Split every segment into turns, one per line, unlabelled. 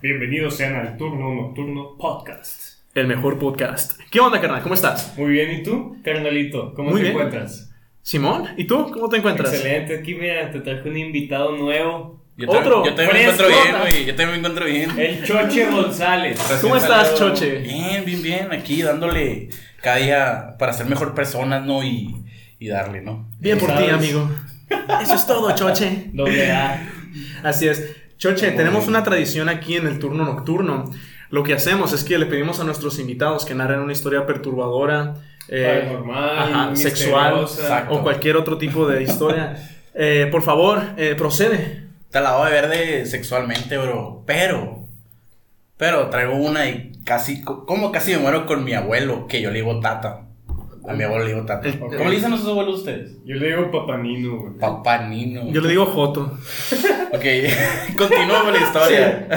Bienvenidos sean al Turno Nocturno Podcast.
El mejor podcast. ¿Qué onda, carnal? ¿Cómo estás?
Muy bien, ¿y tú, carnalito? ¿Cómo
Muy
te
bien.
encuentras?
Simón, ¿y tú? ¿Cómo te encuentras?
Excelente, aquí mira, te traje un invitado nuevo.
Yo
Otro, Eh,
También, yo también me
fresco.
encuentro bien, güey. Yo también me encuentro bien.
El Choche González.
¿Cómo estás, Choche?
Bien, bien, bien. Aquí dándole cada día para ser mejor personas, ¿no? Y, y darle, ¿no?
Bien por ti,
¿Sabes?
amigo. Eso es todo, Choche.
Doble A.
Así es. Choche, tenemos una tradición aquí en el turno nocturno. Lo que hacemos es que le pedimos a nuestros invitados que narren una historia perturbadora, eh,
Paranormal,
ajá, sexual
misteriosa.
exacto.
o cualquier otro tipo de historia. Eh, por favor, eh, procede.
Te la voy a ver de sexualmente, bro. Pero, pero traigo una y casi, co- como casi me muero con mi abuelo, que yo le digo tata. A mi abuelo le digo tata.
El-
¿Cómo le dicen a sus abuelos ustedes?
Yo le digo papanino, güey.
Papá Nino.
Yo le digo Joto.
Ok, continúa con la historia.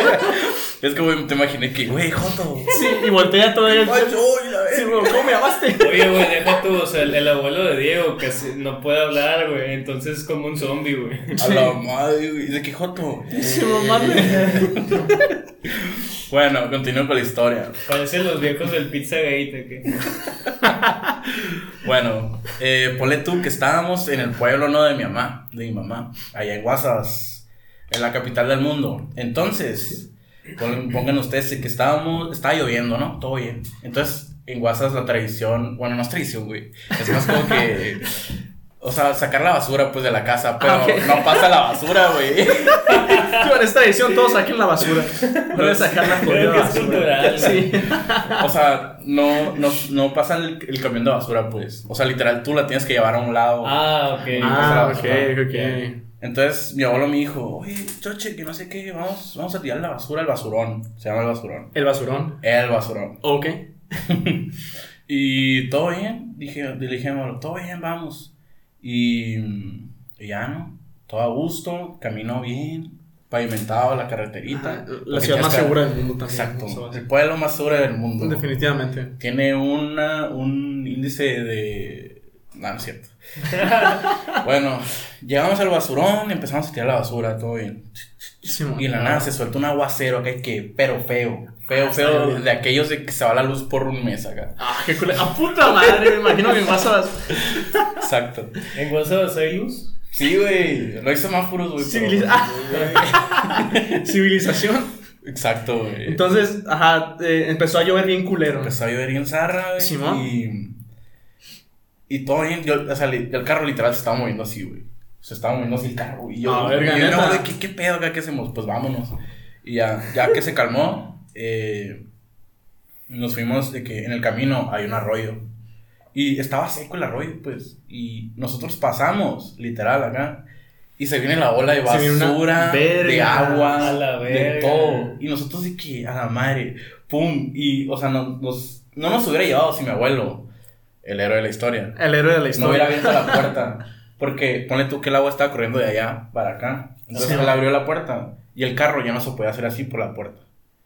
es como te imaginé que, güey, Joto.
Sí, y voltea todo el...
Ay, uy, la
Sí,
verga.
güey, ¿Cómo me llamaste?
Oye, güey, deja tú, o sea, el, el abuelo de Diego que se- no puede hablar, güey, entonces es como un zombie, güey.
A la madre, güey. ¿De qué joto?
Sí, mamadre.
Bueno, continúo con la historia.
Parecen los viejos del Pizza Gate, ¿qué?
Bueno, eh, ponle tú que estábamos en el pueblo, ¿no? De mi mamá, de mi mamá, allá en Guasas, en la capital del mundo. Entonces, pon- pongan ustedes que estábamos, estaba lloviendo, ¿no? Todo bien. Entonces, en Guasas la tradición, bueno, no es tradición, güey. Es más como que, o sea, sacar la basura, pues, de la casa, pero
Ah, ok.
no pasa la basura, güey.
Yo, en esta edición todos saquen la basura. Voy a sacar la jodida
Creo que es
basura.
cultural.
Sí.
O sea, no, no, no pasa el, el camión de basura, pues. O sea, literal, tú la tienes que llevar a un lado.
Ah, ok.
Ah,
pues,
ok,
la basura.
ok.
Entonces mi abuelo me dijo, oye, choche, que no sé qué, vamos, vamos a tirar la basura al basurón. Se llama el basurón.
El basurón.
El basurón.
Ok.
Ah, Y todo bien, dije, le dije a mi abuelo, todo bien, vamos. Y, y ya, ¿no? Todo a gusto, camino bien, pavimentado la carreterita.
Ajá, Ah, La
Porque
ciudad
tienes
más
que-
segura del mundo también.
Exacto.
¿no?
El pueblo más seguro del mundo.
Definitivamente.
Tiene una, un índice de... No, no es cierto. bueno, llegamos al basurón, empezamos a tirar la basura, todo bien.
Sí,
Y de la nada se suelta un aguacero acá que, pero feo. Feo,
Ah, está
feo,
bien.
de aquellos de que se va la luz por un mes acá.
Ah, qué culé. ¡A puta madre! Me imagino que pasabas.
Exacto.
¿En WhatsApp hay luz?
Sí, güey. No hay semáforos, güey. pero-
Civiliza- Civilización.
Exacto, güey.
Entonces, ajá, eh, empezó a llover bien culero.
Empezó a llover bien zarra, güey.
Simón.
Y. Y todo bien. Yo, o sea, li- el carro literal se estaba moviendo así, güey. Se estaba moviendo así el carro. Y yo,
Ah, verga,
y yo,
neta.
no, güey, ¿qué, qué pedo acá? ¿Qué hacemos? Pues vámonos. Y ya, ya que se calmó, eh, nos fuimos de que en el camino hay un arroyo. Y estaba seco el arroyo, pues. Y nosotros pasamos, literal, acá. Y se viene la ola de
Se viene una
basura, de
verga.
agua,
A la verga.
de todo. Y nosotros de que, a la madre, pum. Y, o sea, no nos, no nos hubiera llevado si mi abuelo, el héroe de la historia,
El héroe de la
no
historia.
hubiera abierto la puerta. Porque ponle tú que el agua estaba corriendo de allá para acá. Entonces
Sí.
él abrió la puerta y el carro ya no se podía hacer así por la puerta.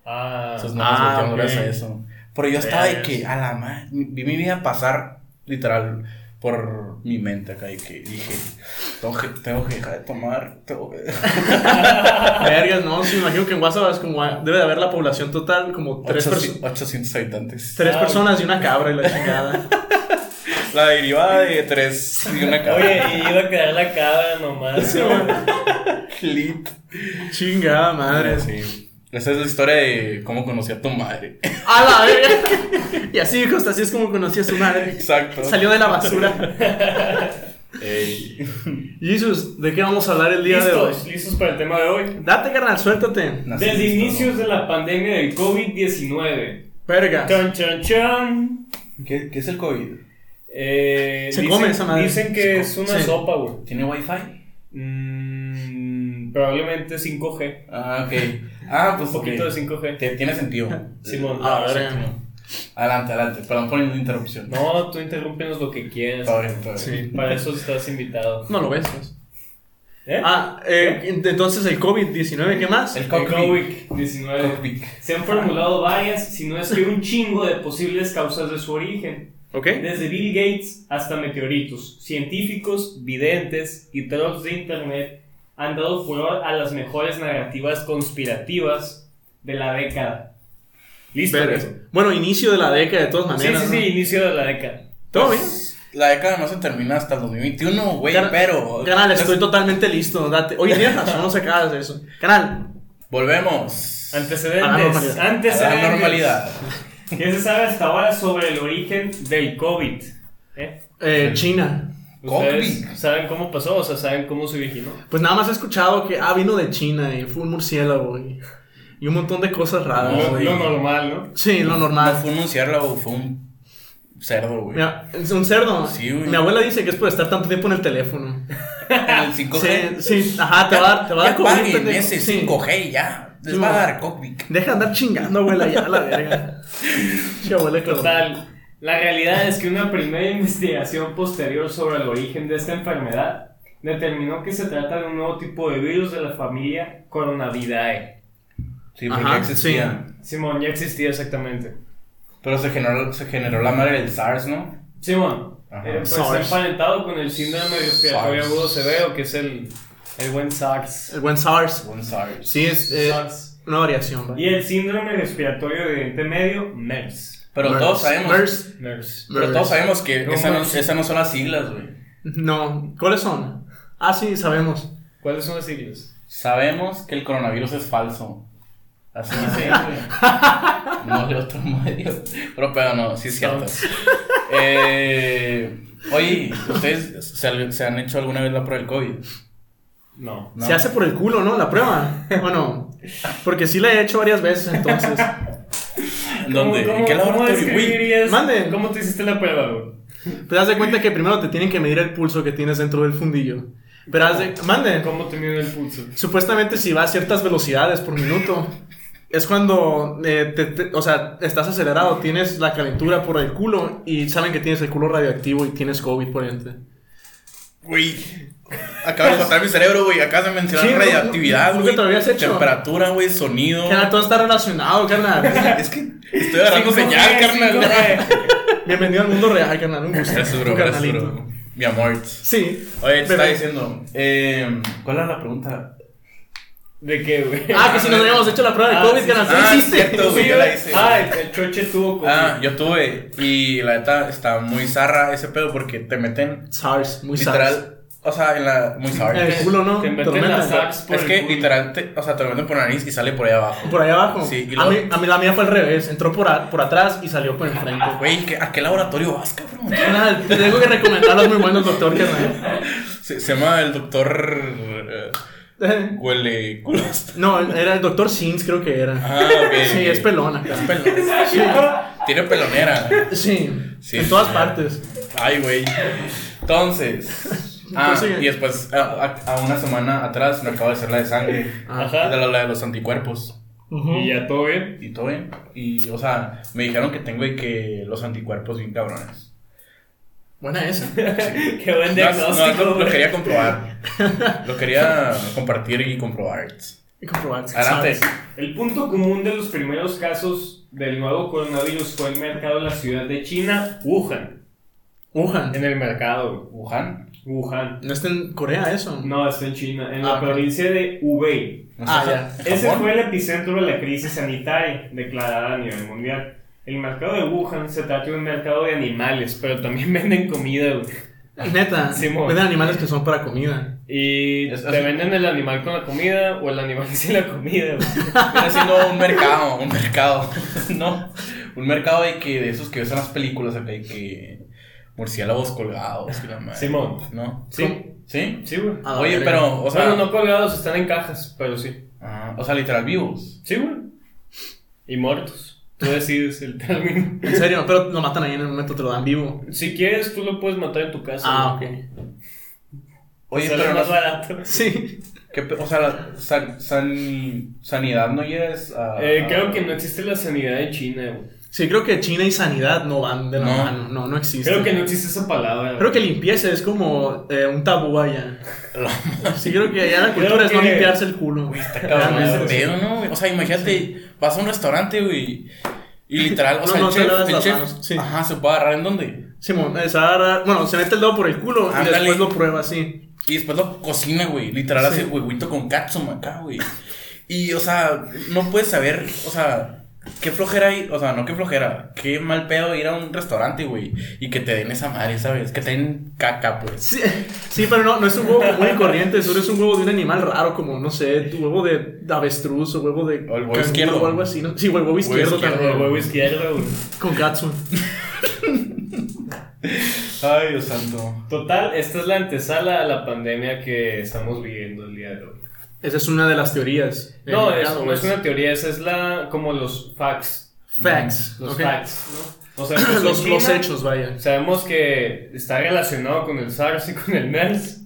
Ah.
Entonces no
Ah,
nos volteamos
ok.
gracias a eso. Pero yo estaba de
Vergas.
que, a la madre, vi mi vida pasar literal por mi mente acá y que dije, tengo que, tengo que dejar de tomar. tengo que-
Vergas, no. Sí, me imagino que en Guasabas como ah, debe de haber la población total como tres, perso-
800, 800 habitantes.
tres
Ah,
personas y una cabra y la chingada.
La derivada de tres y una cabra.
Oye, y iba a quedar la cara nomás.
Sí,
güey.
Clit.
chingada madre.
Sí. Esa es la historia de cómo conocí a tu madre.
¡A la verga! Y así, hijos, así es como conocí a su madre.
Exacto.
Salió de la basura.
Ey.
Jesus, ¿de qué vamos a hablar el día de hoy?
Listos, listos para el tema de hoy.
Date, carnal, suéltate.
Nací
Desde
listo,
inicios de la pandemia del COVID-19.
Verga.
Chan, chan, chan.
¿no? ¿Qué, qué es el COVID?
Eh,
Se
dicen,
come esa madre.
Dicen que
Se come.
es una
Sí.
sopa, güey.
¿Tiene wifi?
Mm, probablemente 5G.
Ah, ok. Ah, pues
Un poquito de 5G.
Te- Tiene sentido.
Simón.
Ah,
Sí,
verga.
Simón. Adelante, adelante. Perdón por la interrupción.
No, tú interrúmpenos lo que quieras.
Está bien, está bien.
Sí.
Para eso estás invitado.
No lo ves. pues.
¿Eh?
Ah, eh, entonces el COVID-19, ¿qué más?
El
El
cockpit.
COVID 19.
Cockpit.
Se han formulado varias, si no es que un chingo de posibles causas de su origen.
¿Ok?
Desde Bill Gates hasta meteoritos, científicos, videntes y trolls de internet han dado furor a las mejores narrativas conspirativas de la década. ¿Listo?
Verga. Bueno, inicio de la década de todas
Sí,
maneras.
sí, sí, inicio de la década.
¿no? Todo bien.
La década no se termina hasta el 2021, güey,
Canal-
pero...
Canal,
Les-
estoy totalmente listo. Date. Oye, tienes razón, no se acabas de eso. Canal,
Volvemos.
A la
Antecedentes.
normalidad.
a
Antecedentes.
la normalidad.
¿Qué se sabe hasta ahora sobre el origen del COVID? ¿Eh?
eh, China.
¿Ustedes
COVID.
saben cómo pasó? O sea, ¿saben cómo se originó?
Pues nada más he escuchado que, ah, vino de China y fue un murciélago y, y un montón de cosas raras.
No,
Lo,
güey.
lo normal, ¿no?
Sí, lo
No
normal.
fue un murciélago, fue un cerdo, güey.
Mira, es un cerdo.
Sí, güey.
Mi abuela dice que es por estar tanto tiempo en el teléfono.
En el 5G.
Sí, sí, ajá, te va a dar, te va a
Ya
dar COVID,
paguen
pendejo.
ese
Sí.
5G ya. Les
Sí,
va a
mamá.
dar COVID.
Deja de andar chingando, abuela, ya, la verga. Sí, abuela, cabrón.
Total, la realidad es que una primera investigación posterior sobre el origen de esta enfermedad determinó que se trata de un nuevo tipo de virus de la familia Coronavidae.
Sí,
Ajá,
porque ya existía.
Simón, ya existía exactamente.
Pero se generó, se generó la madre del SARS, ¿no?
Simón,
Ajá.
eh, pues está
SARS.
emparentado con el síndrome respiratorio
SARS.
agudo severo, que es el, el buen SARS.
El buen SARS.
Un SARS.
Sí, es eh,
SARS.
una variación, ¿vale?
Y el síndrome respiratorio de Oriente Medio, MERS.
Pero
Mers,
todos sabemos.
Mers,
MERS.
Pero
Mers.
todos sabemos que
No,
esas no,
Mers.
esas no son las siglas, güey.
No, ¿cuáles son? Ah, sí, sabemos.
¿Cuáles son las siglas?
Sabemos que el coronavirus es falso. Así dice, güey. No de otro medio. Pero, pero no, sí es cierto. Eh, oye, ¿ustedes se, se han hecho alguna vez la prueba del COVID?
No.
No.
Se hace por el culo, ¿no? La prueba. Bueno, porque sí la he hecho varias veces, entonces.
¿En ¿Dónde? ¿En qué
¿Cómo, cómo
laboratorio? Güey,
describirías-
Manden.
¿Cómo te hiciste la prueba, güey?
Pero Pues haz de cuenta que primero te tienen que medir el pulso que tienes dentro del fundillo. Pero haz de. Mande.
¿Cómo te mide el pulso?
Supuestamente si va a ciertas velocidades por minuto. Es cuando, eh, te- te- o sea, estás acelerado, tienes la calentura por el culo y saben que tienes el culo radioactivo y tienes COVID por dentro.
Güey. Acaba de cortar mi cerebro, güey. Acabas de mencionar
Sí, no,
radioactividad,
nunca
güey.
te lo habías hecho.
Temperatura, güey, sonido.
Carnal, todo está relacionado, carnal.
Es que estoy agarrando
5G,
señal, carnal.
5G.
Bienvenido al mundo real, carnal. Un gusto.
Gracias, bro.
Tu
Gracias,
carnalito.
bro. Mi amor.
Sí. Bebé.
Oye, te estaba diciendo. eh, ¿Cuál era la pregunta?
¿De qué, güey?
Ah, que si nos habíamos hecho la prueba de
Ah,
COVID,
sí,
carnal.
sí.
Sí,
Ah,
existe.
cierto.
Tú,
güey,
sí,
yo la
güey.
hice.
Ah, el, el choche tuvo COVID.
Ah, yo tuve. Y la neta está muy zarra ese pedo porque te meten
SARS, muy SARS.
literal. O sea, en la. Muy zarra.
Eh,
Te-
el culo, ¿no?
Te meten
Tormenta.
las sacs por
Es
el
que
culo.
literal, te- o sea, te lo meten por la nariz y sale por ahí abajo.
Por ahí abajo.
Sí, y
a,
luego-
mí, a mí la mía fue al revés. Entró por, a- por atrás y salió por enfrente.
Güey, ¿qué- ¿a qué laboratorio vas, cabrón?
Carnal, te tengo que recomendar a los muy buenos doctor, carnal.
Se, se llama el doctor. eh, Huele culos.
No, era el doctor Sins, creo que era.
Ah, ok.
Sí, es pelona.
Es
cara.
pelón.
Sí,
Tiene pelonera.
sí,
Sí,
en todas
sí.
partes.
Ay, güey. Entonces. Ah,
Prosigue.
y después, a, a- a una semana atrás, me acabo de hacer la de sangre.
Ajá.
De la, la de los anticuerpos.
Ujú.
Y ya todo bien.
Y todo bien. Y, o sea, me dijeron que tengo y que los anticuerpos bien cabrones.
Buena esa.
Qué buen
No, no,
diagnóstico,
lo- lo,
güey.
quería comprobar. Lo quería compartir y comprobar.
Y comprobar.
Adelante.
¿sabes?
El punto común de los primeros casos del nuevo coronavirus fue el mercado de la ciudad de China, Wuhan.
Wuhan.
En el mercado,
Wuhan.
güey. Wuhan.
No está en Corea eso.
No, está en China, en la
Ah, ok.
provincia de Hubei.
No
Ah,
sé,
ya.
¿en
Ese
Japón?
fue el epicentro de la crisis sanitaria declarada a nivel mundial. El mercado de Wuhan se trata de un mercado de animales, pero también venden comida, güey.
Neta.
Sí, mo.
Venden animales que son para comida.
Y
Es-
te
es-
venden el animal con la comida o el animal sin la comida, güey.
Viene siendo un mercado, un mercado. No, un mercado de que de esos que ves en las películas acá de que murciélagos colgados, que la madre.
Simón.
¿No?
Sí,
¿Sí?
sí, güey.
Ah,
Oye,
verga.
pero, o sea,
bueno, no colgados, están en cajas, pero sí.
ah, o sea, literal vivos.
Sí, güey. Y muertos. Tú decides el término.
En serio, pero lo matan ahí en el momento, te lo dan vivo.
Si quieres, tú lo puedes matar en tu casa.
Ah,
güey.
ok.
Oye,
Ah, Sale
pero no,
más barato.
Sí.
¿qué pe- o sea, la san- san- sanidad no llegas a...
Eh, creo que no existe la sanidad en China, güey.
Sí, creo que China y sanidad no van de la
No.
mano. No, no existe.
Creo que no existe esa palabra. güey.
Creo que limpieza es como eh, un tabú allá. Sí, creo que allá la
Creo
cultura es no
que-
limpiarse el culo.
Está cabrón ese
Realmente, sí.
pedo, ¿no? güey? O sea, imagínate, vas a un restaurante, güey. Y literal, o
No,
sea,
no
el
te
chef,
lavas
el
las
chef
manos, sí.
ajá, se puede agarrar en dónde.
Simón, es agarrar- bueno, se mete el dedo por el culo y
Ándale.
después lo prueba, sí.
Y después lo cocina, güey. Literal
Sí.
hace huevito con katsum acá, güey. Y, o sea, no puedes saber, o sea, qué flojera hay, o sea, no qué flojera, qué mal pedo ir a un restaurante, güey. Y que te den esa madre, ¿sabes? Que te den caca, pues.
Sí, sí, pero no, no es un huevo común y corriente, solo es un huevo de un animal raro, como, no sé, tu huevo de avestruz o huevo de...
O el huevo
canguro
izquierdo.
O algo así, ¿no? Sí, huevo izquierdo,
izquierdo.
El
también.
huevo izquierdo, güey.
Con katsu.
Ay, Dios santo.
Total, esta es la antesala a la pandemia que estamos viviendo el día de hoy.
Esa es una de las teorías. Eh, del
No, es,
mercado, pues.
no es una teoría, esa es la como los facts.
Facts.
Mm, Los
ok.
facts, ¿no? O sea, empezó en
los, los
China,
hechos, vaya.
Sabemos que está relacionado con el SARS y con el MERS.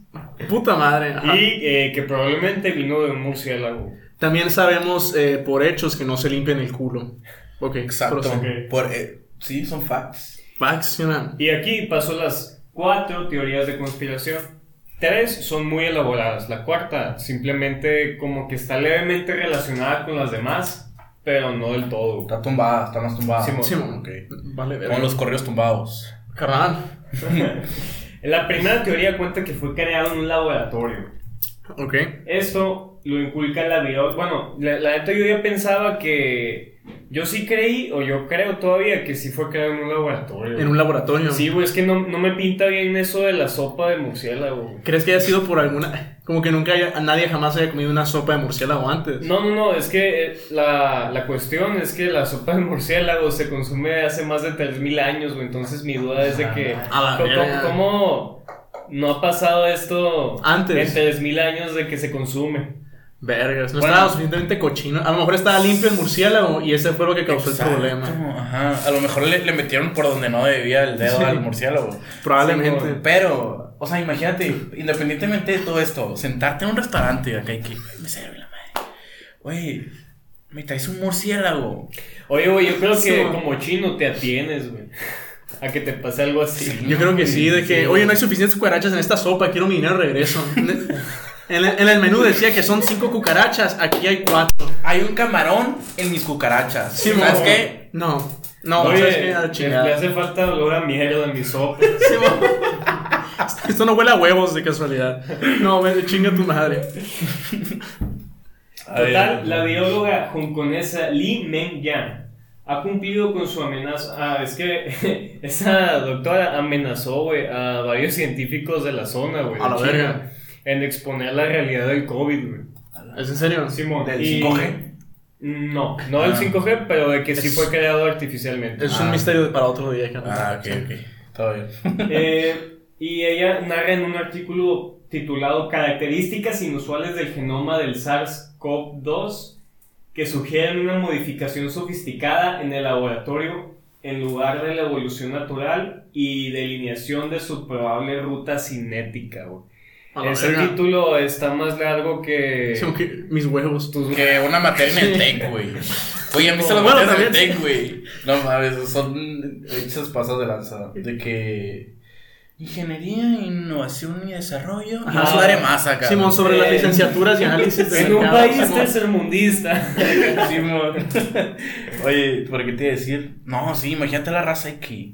Puta madre. ajá.
Y eh, que probablemente vino de un murciélago.
También sabemos eh, por hechos que no se limpian el culo. Ok,
Exacto.
prosigue.
Ok.
Por, eh, sí, son facts.
Facts, sí, una-
Y aquí pasó las cuatro teorías de conspiración. Tres son muy elaboradas. La cuarta simplemente como que está levemente relacionada con las demás, pero no del todo.
Está tumbada, está más tumbada.
Simón.
Sí, mon.
Ok.
Vale, verga.
Con los correos tumbados.
Carnal.
La primera teoría cuenta que fue creada en un laboratorio.
Ok.
Eso lo inculca la virología. Bueno, la, la neta yo ya pensaba que. Yo sí creí, o yo creo todavía, que sí fue creado en un laboratorio.
En un laboratorio.
Sí, güey, es que no, no me pinta bien eso de la sopa de murciélago. güey.
¿Crees que haya sido por alguna... Como que nunca haya... nadie jamás haya comido una sopa de murciélago antes?
No, no, no, es que eh, la, la cuestión es que la sopa de murciélago se consume hace más de 3000 años, güey. Entonces mi duda es de que.
A la
co- co-
verga.
¿Cómo, no ha pasado esto
Antes.
en 3000 años de que se consume?
Vergas, no
Bueno.
estaba suficientemente cochino. A lo mejor estaba limpio el murciélago y ese fue lo que causó
Exacto,
el problema.
Ajá. A lo mejor le, le metieron por donde no debía el dedo
Sí.
al murciélago.
Probablemente.
Sí,
Pero, o sea, imagínate, independientemente de todo esto, sentarte en un restaurante acá y que me sirve la madre. Oye, me traes un murciélago.
Oye, güey, yo creo que
Sí, güey.
como chino te atienes, güey. A que te pase algo así.
Sí.
Yo creo que sí, de que,
Sí.
oye, no hay suficientes cucarachas en esta sopa, quiero mi dinero de regreso. En el, en el menú decía que son cinco cucarachas, aquí hay cuatro.
Hay un camarón en mis cucarachas.
Sí,
¿Sabes
mo.
qué?
No, no,
Oye,
¿sabes qué? Ah, A la
me-
chingada.
me hace falta olor a mierda en mi sopa.
Sí, mo- Esto no huele a huevos de casualidad. No, ve, chinga tu madre.
Total, la bióloga hongkonesa Li Meng Yang ha cumplido con su amenaza. Ah, es que esa doctora amenazó, güey, a varios científicos de la zona, güey.
A
de
la
China,
verga.
En exponer la realidad del COVID, güey.
¿Es en serio?
Simón.
Del
y-
5G.
No, no del
Ah.
5G, pero de que sí
Es-
fue creado artificialmente.
Es
Ah.
un misterio para otro día, carnal.
Ah, ok, ok. Todo bien.
Eh, y ella narra en un artículo titulado Características inusuales del genoma del SARS-CoV-2 que sugieren una modificación sofisticada en el laboratorio en lugar de la evolución natural y delineación de su probable ruta cinética. güey.
A la
Ese
verga.
título está más largo que...
Sí, mo, que- mis huevos.
tus-
Que una materia en el TEC, güey. Oye, ¿han visto las
Bueno,
materias del
también
TEC, güey? No mames, son hechas pasas de lanza. De que. Ingeniería, innovación y desarrollo.
Ajá.
no se daré más acá.
Simón, sobre las
Eh,
licenciaturas y análisis de
En un
mercado,
país
Simón.
tercermundista.
Simón. Oye, ¿por qué te iba a decir? No, sí, imagínate la raza y que.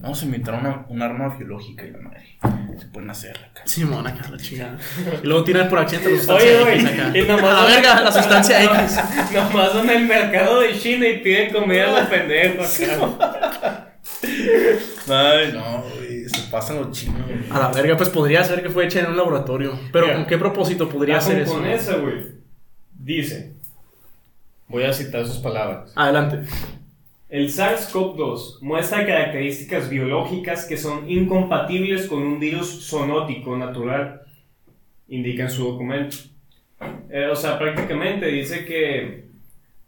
Vamos a inventar una, un arma biológica y la madre. Se pueden hacer acá.
Simón, acá la chingada. Y luego tiran por accidente la
Oye,
sustancia X
güey, y
acá.
nomás-
A la verga, la sustancia X.
Nomás van al mercado de China y piden comida a los pendejos. cabrón.
Ay, no, güey. Se pasan los chinos, güey.
A la verga, pues podría ser que fue hecha en un laboratorio. Pero
Mira,
¿con qué propósito podría
La
ser eso?
hongkonesa, güey. Dice, voy a citar sus palabras.
Adelante.
El SARS-CoV-2 muestra características biológicas que son incompatibles con un virus zoonótico natural, indica en su documento. Eh, o sea, prácticamente dice que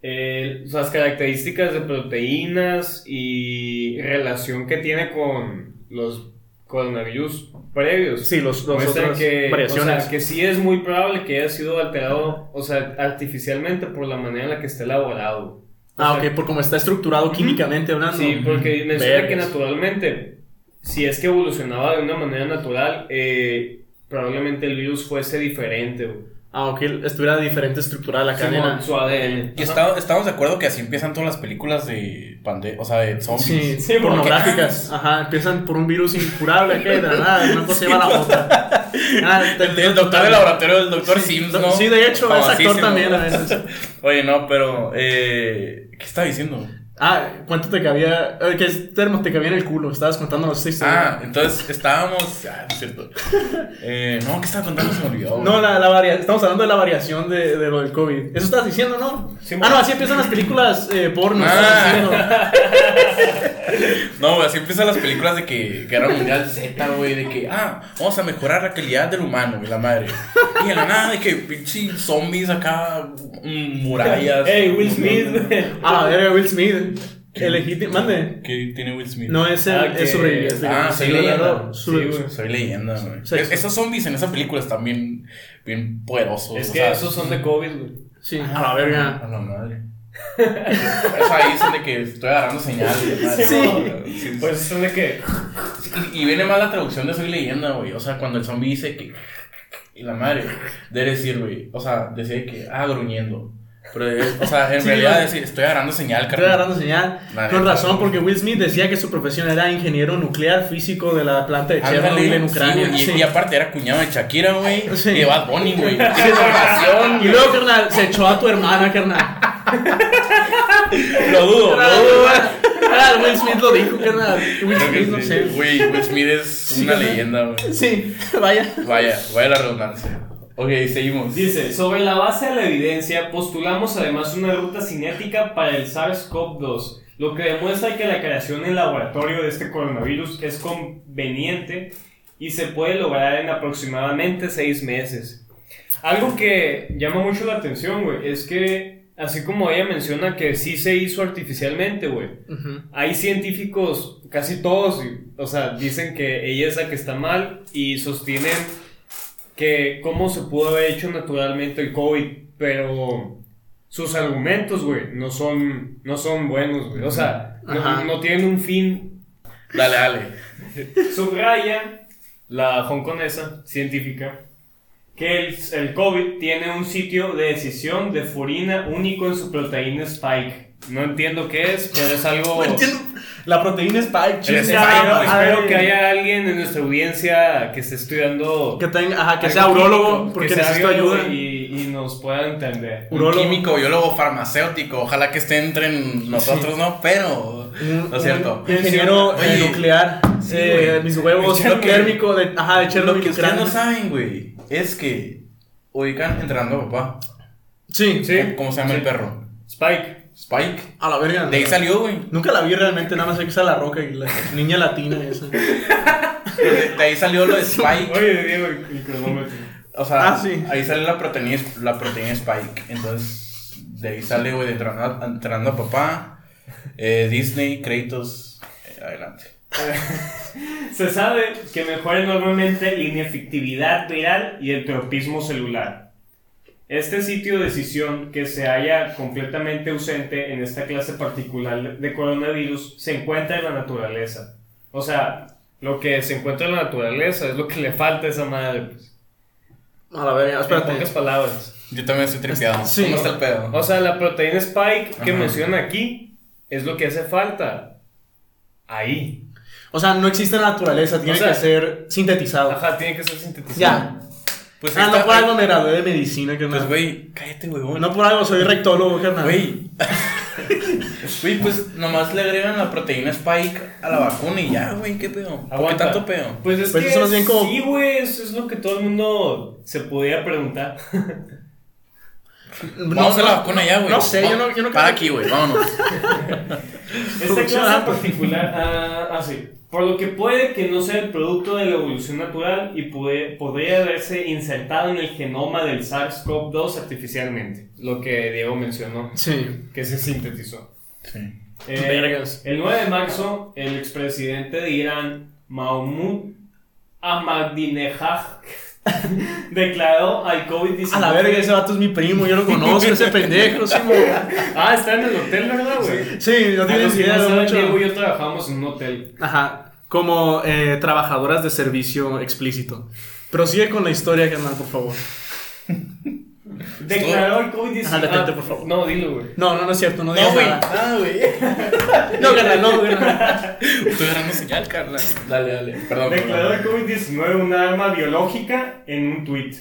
eh, las características de proteínas y relación que tiene con los coronavirus previos.
Sí, los, los
Muestra
otras
que,
variaciones.
O sea, que sí es muy probable que haya sido alterado, o sea, artificialmente por la manera en la que está elaborado. O
ah,
sea,
ok, por cómo está estructurado químicamente hablando.
Sí, porque menciona que
Ah, Vergas.
naturalmente, si es que evolucionaba de una manera natural, eh, probablemente el virus fuese diferente. güey.
Ah, ok, estuviera diferente estructurada la cadena.
Simón, Su ADN.
Y está- estamos de acuerdo que así empiezan todas las películas de pande o sea, de zombies.
Sí,
Sí, porque-
pornográficas. Ajá, empiezan por un virus incurable, que de la nada, una cosa lleva a la otra. Ah, te-
El, el doctor del laboratorio, el doctor Sims, ¿no?
Sí, de hecho, es actor
Famosísimo.
también a veces.
Oye, no, pero. Eh, ¿Qué estaba diciendo?
Ah, ¿cuánto te cabía? eh, Que es termo, te cabía en el culo. Estabas contando los seis.
Ah, entonces estábamos. Ah, no es cierto. Eh, no, ¿qué estaba contando? Se me olvidó.
No, la, la varia- estamos hablando de la variación de, de lo del COVID. Eso estás diciendo, ¿no?
Sí,
ah,
bueno.
no, así empiezan las películas eh, porno.
Ah.
estabas diciendo.
No, güey, así empiezan las películas de que Guerra Mundial Z, güey, de que, ah, vamos a mejorar la calidad del humano, güey, la madre. Y en la nada, de que pinche zombies acá, mm, murallas. mm,
Ey, Will Smith. güey.
Ah, era Will Smith. El legítimo. Mande.
¿Qué tiene Will Smith?
No, es el
Ah, que-
es sobrevivir. es de-
Ah,
sí,
sí,
claro,
sí,
su-
güey.
Soy leyenda, güey.
Sí.
Es- esos zombies en esa película están bien, bien poderosos.
Es
o
que
sea,
esos son de COVID, güey.
Sí, a la verga.
A Ah, la madre. es ahí es de que estoy agarrando señales. la madre.
Sí.
Sí, sí,
Pues son de que.
Y, y viene mal la traducción de Soy leyenda, güey. O sea, cuando el zombie dice que. Y la madre. Debe decir, güey. O sea, decir que. Ah, gruñendo. Pero, es- o sea, en
Sí,
realidad
güey.
decir, estoy agarrando señal,
Estoy
carnal.
agarrando señal.
La
Con
neta.
razón, porque Will Smith decía que su profesión era ingeniero nuclear físico de la planta de
Ándale,
Chernobyl en
sí,
Ucrania.
güey, y-
Sí.
Y, aparte era cuñado de Shakira, güey.
Sí.
Y de Bad Bunny, güey. Tiene relación.
Y luego, carnal, se echó a tu hermana, carnal.
Lo dudo, lo dudo.
Ah, Will Smith lo dijo, carnal. Will
Creo que
Smith, no
sí.
sé.
Güey, Will Smith es
Sí,
una
¿verdad?
leyenda, güey.
Sí, vaya.
Vaya, vaya la redundancia. Ok, seguimos.
Dice, sobre la base de la evidencia, postulamos además una ruta cinética para el SARS-CoV-2, lo que demuestra que la creación en laboratorio de este coronavirus es conveniente y se puede lograr en aproximadamente seis meses. Algo que llama mucho la atención, güey, es que, así como ella menciona que sí se hizo artificialmente, güey,
Ujú.
hay científicos, casi todos, y- o sea, dicen que ella es la que está mal y sostienen que cómo se pudo haber hecho naturalmente el COVID, pero sus argumentos, güey, no son, no son buenos, güey. O sea,
Ajá.
no, no tienen un fin.
Dale, dale.
Subraya la hongkonesa científica que el, el COVID tiene un sitio de decisión de furina único en su proteína Spike. No entiendo qué es, pero es algo...
La proteína Spike,
El
Espero,
Spike,
chingada madre.
espero que haya alguien en nuestra audiencia que esté estudiando.
Que, tenga, ajá, que
algo
sea
químico,
urólogo,
que
porque
sea
necesito
biólogo
ayuda.
Y, y nos pueda entender.
Un
Urólogo.
químico, biólogo, farmacéutico. Ojalá que esté entre en nosotros, ¿no? Pero.
Un-
No es cierto.
Mm, un Ingeniero eh,
Oye,
nuclear.
sí,
eh,
güey.
mis huevos,
Lo que-
térmico de, ajá, de
Lo
Chernobyl.
que ustedes no
Ucrania.
saben, güey, es que ubican entrenando a papá.
Sí,
Sí.
¿Cómo se llama el
Sí.
perro?
Spike.
Spike.
a la verga.
De ahí salió, güey.
Nunca la vi realmente, nada más sé que es la roca y la niña latina esa.
De de ahí salió lo de Spike.
Oye, Diego, el, el cronómetro.
O sea,
Ah, sí.
ahí sale la proteína, la proteína Spike. Entonces, de ahí sale, güey, de entrenando, a- entrenando a papá. eh, Disney, créditos. eh, adelante.
Se sabe que mejora enormemente la inefectividad viral y el tropismo celular. Este sitio de decisión, que se halla completamente ausente en esta clase particular de coronavirus, se encuentra en la naturaleza. O sea, lo que se encuentra en la naturaleza es lo que le falta a esa madre. pues.
A la verga,
En pocas
espérate.
palabras.
Yo también estoy tripeado.
Pues, Sí. Ah,
¿Cómo está el pedo?
O sea, la proteína spike que
Ajá.
menciona aquí es lo que hace falta. Ahí.
O sea, no existe en la naturaleza, tiene
O sea-
que ser sintetizado.
Ajá, tiene que ser sintetizado.
Ya.
Pues ahí
ah, no
está,
por algo
güey.
me gradué de medicina, que
Pues, güey, cállate, güey.
No por algo soy rectólogo, carnal.
Güey. Güey, pues nomás le agregan la proteína Spike a la vacuna y ya, güey, ¿qué pedo? ¿Por qué
Aguanta.
tanto pedo?
Pues es
Pues
que
eso más bien como-
sí, güey, eso es lo que todo el mundo se podía preguntar.
Vamos a la vacuna ya, güey.
No sé, yo no, yo no
Para aquí, güey, vámonos.
Esta clase en particular, ah, ah, sí. Por lo que puede que no sea el producto de la evolución natural y puede- podría haberse insertado en el genoma del SARS-CoV-2 artificialmente, lo que Diego mencionó,
Sí.
que se sintetizó.
Sí.
Eh,
Vergas.
el 9 de marzo, el expresidente de Irán, Mahmoud Ahmadinejad declaró al COVID-19.
A la verga, ese vato es mi primo, yo lo conozco, ese pendejo, sí, güey.
Ah, está en el hotel, ¿verdad, güey?
Sí, no
A los
tienes
que
idea
no
de
saben,
mucho.
Diego y yo trabajamos en un hotel.
Ajá, como eh, trabajadoras de servicio explícito. Prosigue con la historia, carnal, por favor.
Declaró al COVID-19.
Ajá, detente, por favor.
No, dilo, güey.
No, no, no es cierto, no digas
No, güey.
nada.
Nada, güey.
No, carnal, no, carnal.
Tú eras musical, carnal. Dale, dale. Perdón,
Declaró
perdón.
el COVID-19 una arma biológica en un tuit,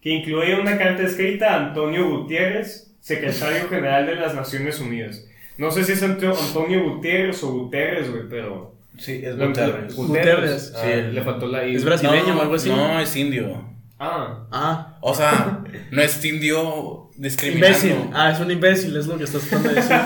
que incluía una carta escrita a Antonio Gutiérrez, secretario general de las Naciones Unidas. No sé si es Anto- Antonio Gutiérrez o Guterres, güey, pero...
Sí, es Guterres.
Guterres.
Ah,
Sí,
le faltó la I.
Es brasileño o algo así.
No, es indio.
Ah,
Ah,
O sea, no es indio discriminando.
imbécil. Ah, es un imbécil, es lo que estás tratando de decir.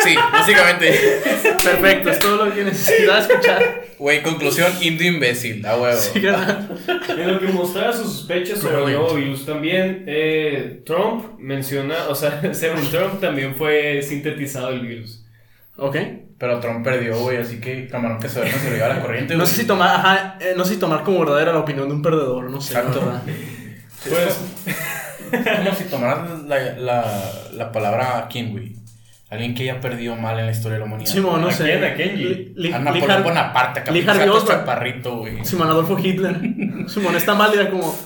Sí, básicamente.
Perfecto, es todo lo que necesitas escuchar.
Güey, conclusión, indio imbécil, a huevo.
Sí, carnal.
en lo que mostraba sus sospechas sobre el nuevo virus también, eh, Trump menciona, o sea, según Trump también fue sintetizado el virus.
Ok.
Pero Trump perdió, güey, así que camarón que se ve no se lo lleva la corriente,
No
güey.
sé si tomar, ajá, eh, no sé si tomar como verdadera la opinión de un perdedor, no sé. la
Exacto.
verdad.
Pues,
Es como si tomaras la, la, la palabra Kim, güey. Alguien que ya perdió mal en la historia de la humanidad.
Simón, no
¿A
sé.
quién? ¿A Kenji?
Li- li-
A Napoleón
lijar-
Bonaparte, acá,
Lijar
pinche gato
Dios, bro.
chaparrito, güey.
Simón Adolfo Hitler. Simón está mal, era como.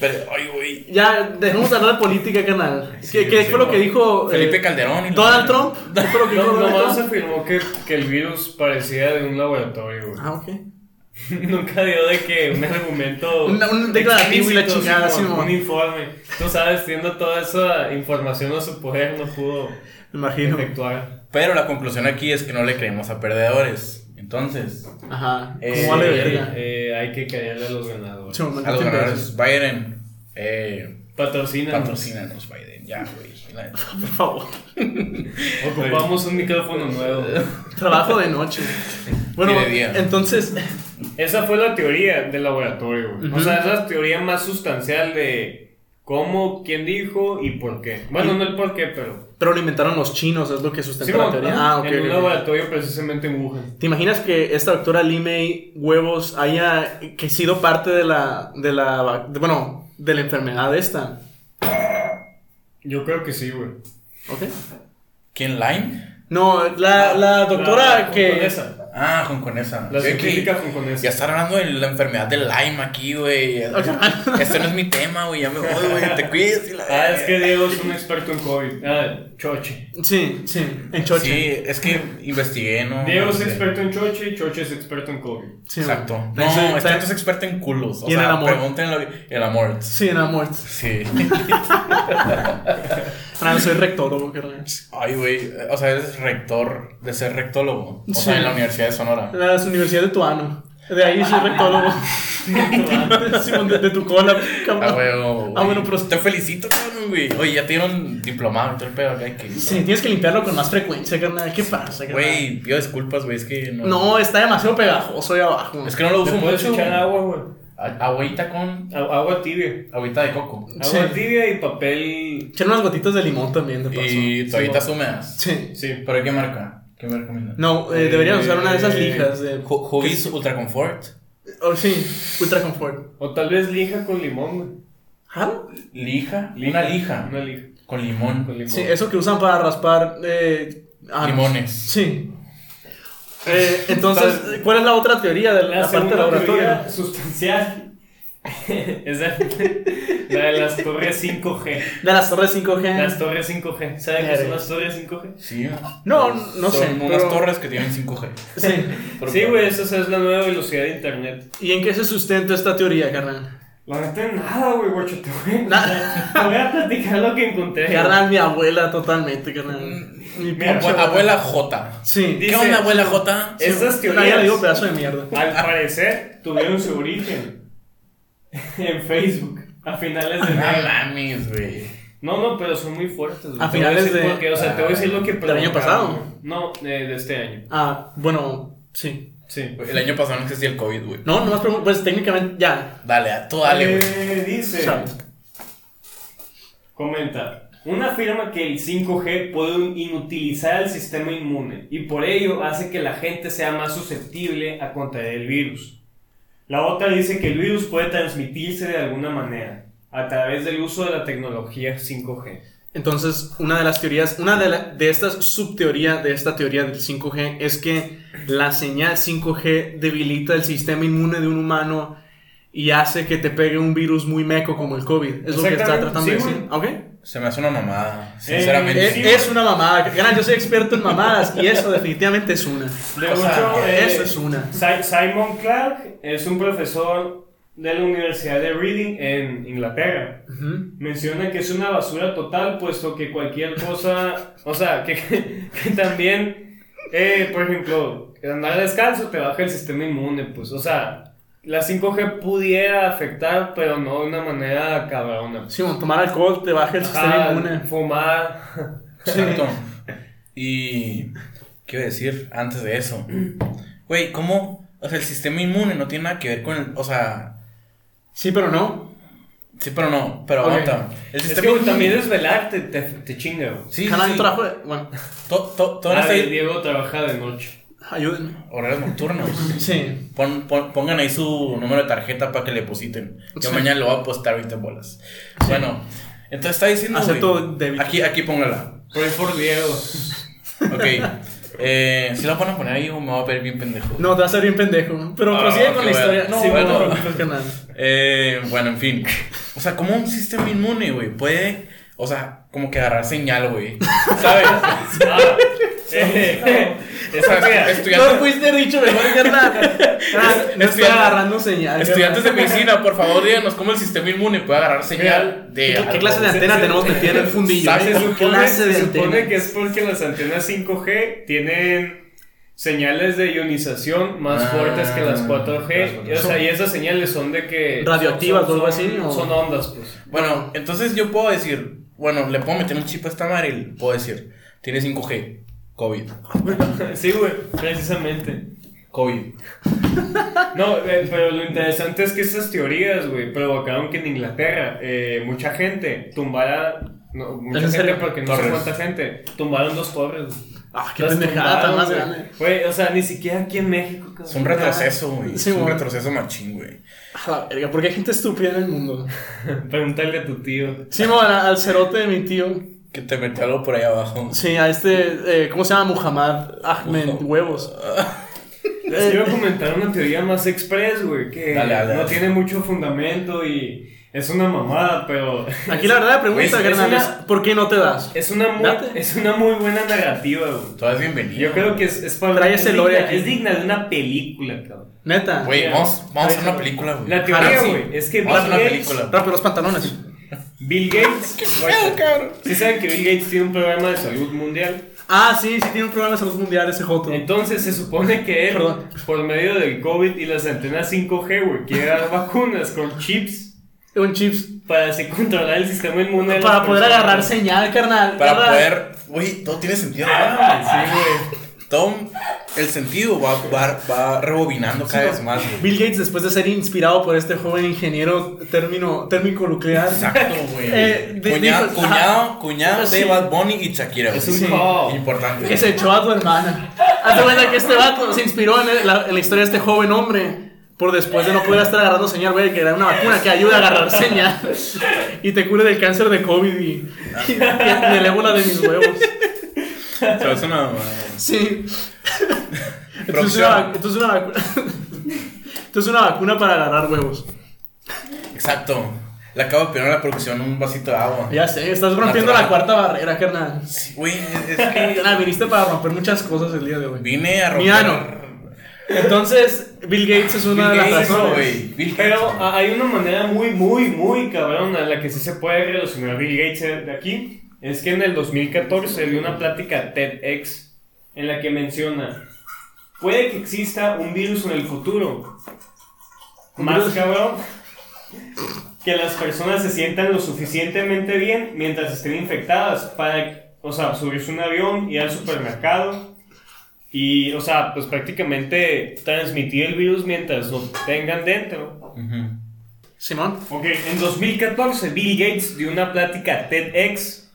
Pero, ay, güey.
Ya, dejemos de hablar de política, canal. ¿Qué,
Sí,
qué
sí,
fue lo
no.
que dijo eh,
Felipe Calderón. y la-
Donald Trump? ¿Qué fue lo que dijo
no,
Donald
nomás
Trump?
afirmó que, que el virus parecía de un laboratorio, güey.
Ah, ok.
Nunca dio de que un argumento.
Una- un declarativo y la
explícito,
chingada,
Simón,
Simón.
Un informe. Tú sabes, teniendo toda esa información a su poder, no pudo
Me imagino.
efectuar.
Pero la conclusión aquí es que no le creemos a perdedores. Entonces,
Ajá.
Eh,
Como vale
Eh,
verga.
eh, hay que callarle a los ganadores.
Simón,
a los
mantente
ganadores, Biden, eh,
Patrocina.
patrocínanos, Biden. Ya, güey. La-
imbécil, Por favor.
Ocupamos un micrófono nuevo.
Trabajo de noche. Bueno,
Y de día.
entonces.
Esa fue la teoría del laboratorio, güey. O sea, es la teoría más sustancial de cómo, quién dijo y por qué. Bueno, no el por qué, pero.
Pero lo inventaron los chinos, es lo que sustenta la
Simón,
teoría.
ajá,
Ah, ok.
en un
ok, ok.
laboratorio precisamente en Wuhan.
¿Te imaginas que esta doctora Limei Huevos haya que sido parte de la, de la, va- de- bueno, de la enfermedad esta?
Yo creo que sí, güey.
¿Ok?
¿Quién, Line?
No, la, la doctora
La
que...
hongkonesa.
Ah, con, con esa.
La
Yo aquí-
científica hongkonesa.
Ya están hablando de la enfermedad del Lyme aquí, güey. Este no es mi tema, güey. Ya me voy, güey. Te cuides y la.
Ah, es que Diego es un experto en COVID. Ah, choche.
Sí, sí, en Choche.
Sí, es que investigué,
Ah,
¿no?
Diego es
Sí.
experto en choche y choche es experto en COVID.
Sí,
Exacto.
man.
No,
Sí,
este
sí.
vato es experto en culos. O
Y en
sea,
el amor.
pregúntenlo. El amor.
Sí, en amor.
Sí.
Ah, soy rectólogo, carnal.
Ay, güey. O sea, eres rector de ser rectólogo. O
Sí.
sea, en la Universidad de Sonora.
Las universidades de Tuano. De ahí soy rectólogo. Simón, de, de tu cola,
Ah,
cabrón.
huevo,
Ah,
güey.
bueno, pero-
Te felicito, cabrón, güey. Oye, ya tienen un diplomado y todo el pedo acá. que-
Sí, tienes que limpiarlo con más frecuencia, carnal. ¿Qué pasa, carnal?
Güey, pido disculpas, güey. Es que no.
No, está demasiado pegajoso ahí abajo.
Es que no lo
¿Le
uso
puedes
mucho.
echar
güey.
agua, güey?
A- Agüita con
A- Agua tibia.
Agüita de coco.
Agua
Sí.
tibia y papel.
Echar unas gotitas de limón también, de paso.
Y toallitas húmedas.
Sí.
Sí.
¿Pero qué marca? ¿Qué me recomiendas?
No, eh, deberían usar una de esas
Eh,
lijas de...
Ju- Huggies Ultra Comfort.
Oh, sí, Ultra Comfort.
O tal vez lija con limón, güey.
¿Ah?
Lija. Una lija.
Una lija.
Con limón.
Con limón.
Sí, eso que usan para raspar... Eh, ah,
Limones.
Sí. Eh, entonces, ¿cuál es la otra teoría de la,
La
parte del
segunda
laboratorio?
teoría sustancial es la, la de las torres 5G.
De las torres 5G.
Las torres 5G. ¿Saben qué son las torres 5G?
Sí.
No, no
Son
sé,
unas
pero-
torres que tienen 5G.
Sí.
Sí, güey, esa es la nueva velocidad de internet.
¿Y en qué se sustenta esta teoría, carnal?
La neta, nada, güey, guacho, te voy a-
Nada.
Te voy a platicar lo que encontré.
Carnal, mi abuela totalmente, carnal. Mi
Mm, Mira,
pinche
Abue- Abuela J.
Sí.
Dice-
¿Qué onda, abuela J?
Sí. Estas
No, ya le digo
teorías,
pedazo de mierda.
al parecer, tuvieron su origen en Facebook a finales de
No
enero.
mames, güey.
No, no, pero son muy fuertes. güey.
A
Te voy
finales
decir
de-
por qué, O sea, te voy a decir lo que
¿Del año
provocaron,
pasado?
güey. No, eh, de este año.
Ah, bueno, sí.
Sí.
El año pasado no existía el COVID, güey.
No, nomás pregunto, pues técnicamente ya.
Dale, tú dale, güey.
Eh, dice.
Sabe.
Comenta. Una afirma que el 5G puede inutilizar el sistema inmune y por ello hace que la gente sea más susceptible a contraer el virus. La otra dice que el virus puede transmitirse de alguna manera a través del uso de la tecnología 5G.
Entonces, una de las teorías, una de, la- de estas subteorías de esta teoría del 5G es que la señal 5G debilita el sistema inmune de un humano y hace que te pegue un virus muy meco como el COVID. Es lo que está
Exactamente,
tratando
sí,
de
güey.
decir. ¿Ok?
Se me hace una mamada,
Eh,
sinceramente.
Sí,
es una mamada. Gran, yo soy experto en mamadas y eso definitivamente es una.
De
O sea,
hecho, eh,
Eso es una.
Si- Simon Clark es un profesor de la Universidad de Reading en Inglaterra.
Ujú.
Menciona que es una basura total, puesto que cualquier cosa, o sea, que, que, que también, eh, por ejemplo, el andar descalzo te baja el sistema inmune, pues, o sea, la 5G pudiera afectar, pero no de una manera cabrona.
Sí, bueno, tomar alcohol te baja el sistema
Ajá,
inmune.
fumar.
Exacto. Y. ¿Qué iba a decir antes de eso? Güey, ¿cómo? O sea, el sistema inmune no tiene nada que ver con el. O sea,
Sí, pero no.
sí, pero no. Pero
Ok.
aguanta. El
Es
sistema
que
inmune.
también desvelarte te, te chinga. güey.
Sí,
Canal
sí.
trabajo. Bueno,
To- to- toda
Ah,
esta-
Diego trabaja de noche.
ayúdenme.
Horarios nocturnos.
Sí.
Pon- pon- pongan ahí su número de tarjeta para que le depositen. Yo
Sí.
mañana lo voy a apostar 20 bolas. Bueno, entonces está diciendo. güey,
Acepto débito.
Aquí, aquí póngala.
Por por Diego.
Ok. eh, si la van a poner ahí, me va a ver bien pendejo.
No, te vas a ser bien pendejo. Pero
Ah,
prosigue
qué
con la
bueno.
historia. No,
Sí, bueno.
bueno, con el canal.
Eh, bueno, en fin. O sea, como un sistema inmune, güey, puede. O sea, como que agarrar señal, güey. ¿Sabes?
Ah, eh,
O sea,
No
estudiantes,
fuiste dicho mejor, ¿verdad? Ah, no estoy
Estudiante-
agarrando señal.
estudiantes de medicina, por favor, díganos cómo el sistema inmune puede agarrar señal de.
¿Qué
algo.
clase de antena
se-
tenemos
se-
metida en el fundillo? eh?
se-
Se
¿Qué
supone,
clase
se
de
supone
antena?
que es porque las antenas 5G tienen señales de ionización más
Ah,
fuertes que las
las
4G.
otras.
o sea, y esas señales son de que.
Radioactivas
son-
o algo
son-
así, ¿o?
Son ondas, pues.
Bueno, entonces yo puedo decir, bueno, le puedo meter un chip a esta madre y le puedo decir, tiene 5G, COVID,
Sí, güey, precisamente.
COVID.
No, eh, pero lo interesante es que esas teorías, güey, provocaron que en Inglaterra eh, mucha gente tumbara. No, mucha
¿Es en
gente,
serio?
porque no sé
Torres.
cuánta gente. Tumbaron dos torres. güey.
Ah, qué
Las
pendejada tan
tumbaron,
más
güey.
grande.
Güey, o sea, ni siquiera aquí en México. cabrón.
Es un retroceso, güey.
Sí,
es un
bueno.
retroceso machín, güey.
A la verga, ¿por qué hay gente estúpida en el mundo?
Pregúntale a tu tío.
Sí, bueno, al cerote de mi tío.
Que te metió algo por ahí abajo.
Sí, a este, eh, ¿cómo se llama? Muhammad Ah, Ahmed Huevos.
Les quiero comentar una teoría más express, güey, que
Dale, dale,
no
dale.
tiene mucho fundamento y es una mamada, pero
Aquí la verdad la pregunta,
Güey, es
carnal, es
una-
¿por qué no te das?
es una muy,
Date.
es una muy buena narrativa, güey.
Tú eres bienvenido.
Yo creo que es, es para
Trae
es
ese
digna-
lore aquí.
es digna de una película, cabrón.
Neta.
Güey,
Mira.
vamos, vamos a hacer
Ahí
una
está.
película, güey.
La teoría,
Ahora sí.
güey, es que
Vamos a hacer una
Bill
película.
Rápido los pantalones.
Bill Gates,
Feo, cabrón.
si saben que Bill Gates tiene un programa de salud mundial,
Ah, sí, sí tiene un programa de salud mundial ese joto.
entonces se supone que él,
Perdón.
por medio del COVID y las antenas 5G, güey, quiere dar vacunas con chips
Un chips.
para así controlar el sistema inmune. de las
Para poder
personas.
agarrar señal, carnal.
Para
¿verdad?
poder. Güey, todo tiene sentido. ¿verdad?
Sí, Ah, güey.
Todo el sentido va, va, va rebobinando cada vez más, güey.
Bill Gates, después de ser inspirado por este joven ingeniero término, térmico nuclear.
Exacto, güey.
Eh, di-
cuñado,
dijo-
cuñado, cuñado
Sí.
de Bad Bunny y Shakira. güey.
Es un
Sí.
call.
Importante.
Que se echó a tu hermana. Hazte cuenta que este vato se inspiró en la, en la historia de este joven hombre. Por después de no poder estar agarrando señal, güey, que era una vacuna que ayuda a agarrar señal. Y te cure del cáncer de COVID y, y, y del ébola de mis huevos.
Se hace una mamada.
Sí. Entonces
Producción.
una, vac- entonces una vacuna. Entonces una vacuna para agarrar huevos.
Exacto. Le acabo de pedir a la producción un vasito de agua.
Ya sé, estás rompiendo
Natural.
la cuarta barrera, carnal.
Sí, Güey, es es que
Carnal, viniste para romper muchas cosas el día de hoy.
vine a romper.
Miano. Entonces, Bill Gates es una
Bill
de las
Gates,
razones.
güey. Bill Gates.
Pero ah, a- hay una manera muy, muy, muy cabrona en la que sí se puede relacionar Bill Gates de aquí. Es que en el 2014 dio una plática TEDx en la que menciona: Puede que exista un virus en el futuro. Más cabrón. Que las personas se sientan lo suficientemente bien mientras estén infectadas para, o sea, subirse a un avión, ir al supermercado, Y, o sea, pues prácticamente transmitir el virus mientras lo tengan dentro.
Ujú.
Simón.
Ok, en 2014 Bill Gates dio una plática TEDx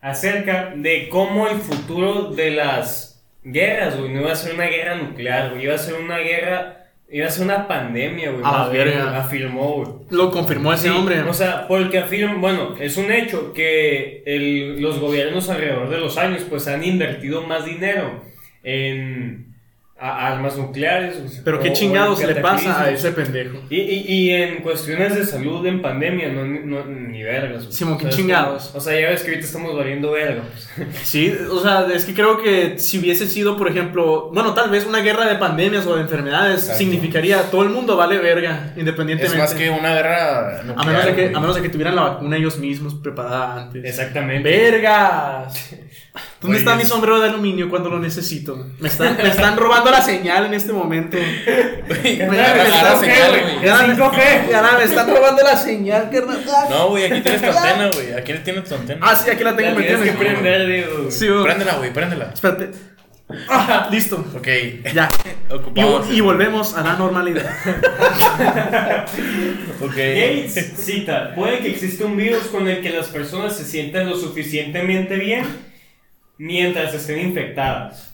acerca de cómo el futuro de las guerras, güey, no iba a ser una guerra nuclear, güey, iba a ser una guerra Iba a ser una pandemia, güey.
A la
más bien,
Ah, verga.
Afirmó, güey.
Lo confirmó
Sí,
ese hombre.
O sea, porque afirman, bueno, es un hecho que el- los gobiernos alrededor de los años pues han invertido más dinero en a- armas nucleares. o sea,
Pero
oh,
qué
o-
chingados
o en
le pasa a
cataclismos.
ese pendejo.
Y, y, y en cuestiones de salud en pandemia, no, no- ni vergas. güey.
Simón,
O
qué
sea, es
chingados.
como- o sea, ya ves que ahorita estamos valiendo verga. pues.
Sí, o sea, es que creo que si hubiese sido, por ejemplo, bueno, tal vez una guerra de pandemias o de enfermedades
Exacto.
significaría todo el mundo vale verga,
Es
independientemente.
más que una guerra
a,
nuclear,
menos de que,
güey.
a menos de que tuvieran la vacuna ellos mismos preparada antes.
Exactamente.
¡Vergas! ¿Dónde
Güey,
está mi
es-
sombrero de aluminio cuando lo necesito? Me están, me están robando la señal en este momento.
Güey,
Me
agarra
están-
la señal, güey.
Ya me- Ya me están robando la señal, carnal.
No, güey, aquí tienes tu antena, güey. Aquí tienes tu antena.
Ah, sí, aquí la tengo
La tienes
metida.
que
en el-
prender, Diego. güey.
Sí, güey.
Préndela, güey, préndela.
Espérate. Ah, listo.
Ok,
Ya. Y,
ocupamos.
vo- y volvemos a la normalidad.
Ok.
Gates cita, puede que exista un virus con el que las personas se sientan lo suficientemente bien mientras estén infectadas.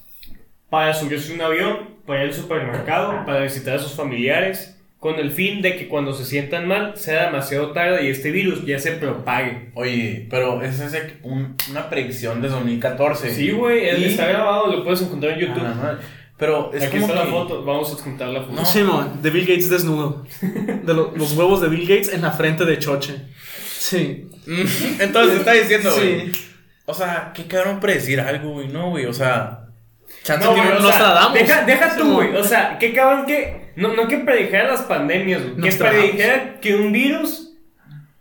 Para subirse a un avión, para ir al supermercado, para visitar a sus familiares, con el fin de que cuando se sientan mal sea demasiado tarde y este virus ya se propague.
Oye, pero esa es ese- un- una predicción de 2014.
Sí, güey, él
Y-
está grabado, lo puedes encontrar en
A la
YouTube.
madre. Pero es
Aquí
como
está la
que-
foto, vamos a adjuntar la foto.
No.
Simón, de Bill Gates desnudo. De lo- los huevos de Bill Gates en la frente de Choche. Sí.
Mm, Entonces está diciendo, güey.
Sí.
O sea, qué cabrón predecir algo, güey. No, güey, o sea. Chance
No,
tiene
güey, o
un-
sea,
Nostradamus.
Deja, deja
Sí,
tú, güey.
güey.
O sea, que cabrón que. No, no que predijeran las pandemias, güey. Que
Nostradamus.
predijeran que un virus.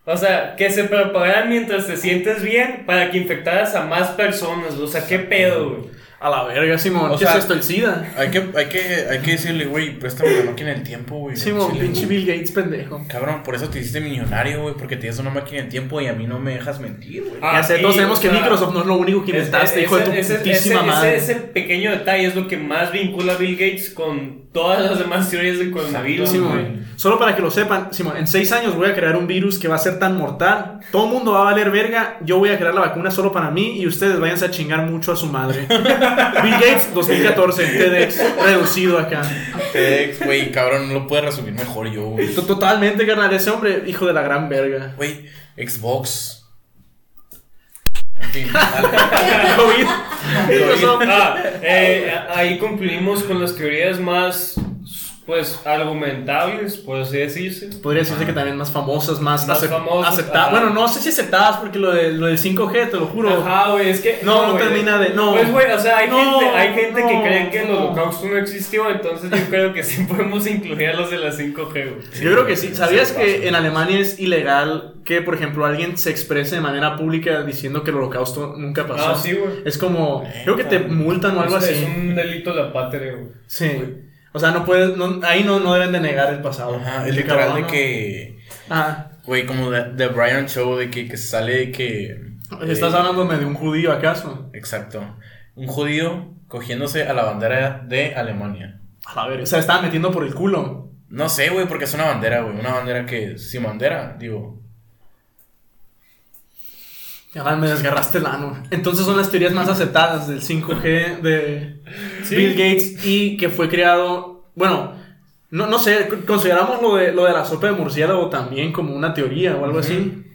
O sea, que se propagara mientras te sientes bien para que infectaras a más personas. güey. O sea, qué pedo, güey.
A la verga, Simón.
O
¿Qué
sea-
es esto, el SIDA?
Hay que, hay que, hay que decirle, güey, préstame la máquina del tiempo, güey.
Simón,
Chile,
pinche
güey.
Bill Gates, pendejo.
Cabrón, por eso te hiciste millonario, güey, porque tienes una máquina del tiempo y a mí no me dejas mentir, güey.
Ah,
ya sé,
sí,
todos sabemos
o
que
sea,
Microsoft no es lo único que inventaste,
Ese-
hijo de tu
ese-
putísima
ese-
madre.
Ese, ese pequeño detalle es lo que más vincula a Bill Gates con todas las demás teorías del coronavirus, güey.
Simón, solo para que lo sepan, Simón, en seis años voy a crear un virus que va a ser tan mortal. Todo el mundo va a valer verga. Yo voy a crear la vacuna solo para mí y ustedes váyanse a chingar mucho a su madre. Bill Gates 2014, TEDx, reducido acá.
Tex, güey, cabrón, no lo puedes resumir mejor yo, güey.
To- Totalmente, carnal, ese hombre, hijo de la gran verga.
Güey, Xbox. En fin, dale.
COVID. Microsoft.
Ah, eh, ahí concluimos con las teorías más, pues, argumentables, por así decirse.
Podría decirse que también más famosas, más,
Más famosas,
aceptadas.
ajá.
Bueno, no sé si aceptadas porque lo, de, lo del 5G, te lo juro.
Ajá, güey, es que.
No, no
güey.
termina de- no.
Pues, güey, o sea, hay
No,
gente, hay gente que
no,
cree que el
no.
holocausto no existió, entonces yo creo que sí podemos incluir a los de la 5G, güey.
Yo creo que sí.
Sí,
¿Sabías
sí,
que
pasa.
en Alemania es ilegal que, por ejemplo, alguien se exprese de manera pública diciendo que el holocausto nunca pasó?
Ah, sí, güey.
Es como, creo que te multan o Pues, algo
Es- Es
así.
un delito de la patria, güey.
Sí. O sea, no puedes, no- ahí no, no deben de negar el pasado.
Ajá, es
Qué
literal de
cabrón,
que.
¿no? Ah,
Güey, como de, de Brian Show, de que, que sale de que.
¿estás
eh,
hablándome de un judío acaso?
Exacto. Un judío cogiéndose a la bandera de Alemania.
A ver, o sea, estaba metiendo por el culo.
No sé, güey, porque es una bandera, güey. Una bandera que. Sin bandera, digo.
Ya me desgarraste el ano. Entonces son las teorías más aceptadas del 5G de
Sí.
Bill Gates y que fue creado. Bueno, no, no sé, consideramos lo de, lo de la sopa de murciélago también como una teoría o algo así.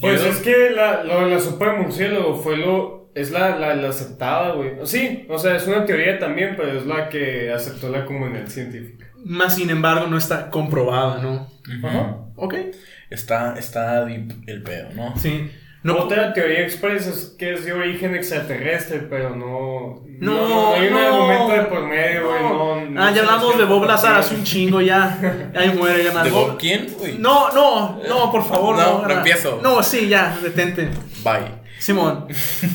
Pues
Yo-
es que la, lo de la sopa de murciélago fue lo. Es la, la, la aceptada, güey. Sí, o sea, es una teoría también, pero es la que aceptó la comunidad científica.
Más sin embargo, no está comprobada, ¿no?
Ajá.
Ok.
Está, está deep el pedo, ¿no?
Sí. No, pues,
Otra teoría expresa es que es de origen extraterrestre, pero no.
No,
hay un
no.
argumento de por medio, güey.
no.
No.
ah, ya
no
hablamos
sé,
de
no
Bob
sé.
Lazar hace un chingo ya. Ahí muere, ya
¿De
nada.
Bob quién, güey?
No, no, no, por favor.
No, no
ya.
empiezo.
No, sí, ya, detente.
Bye.
Simón,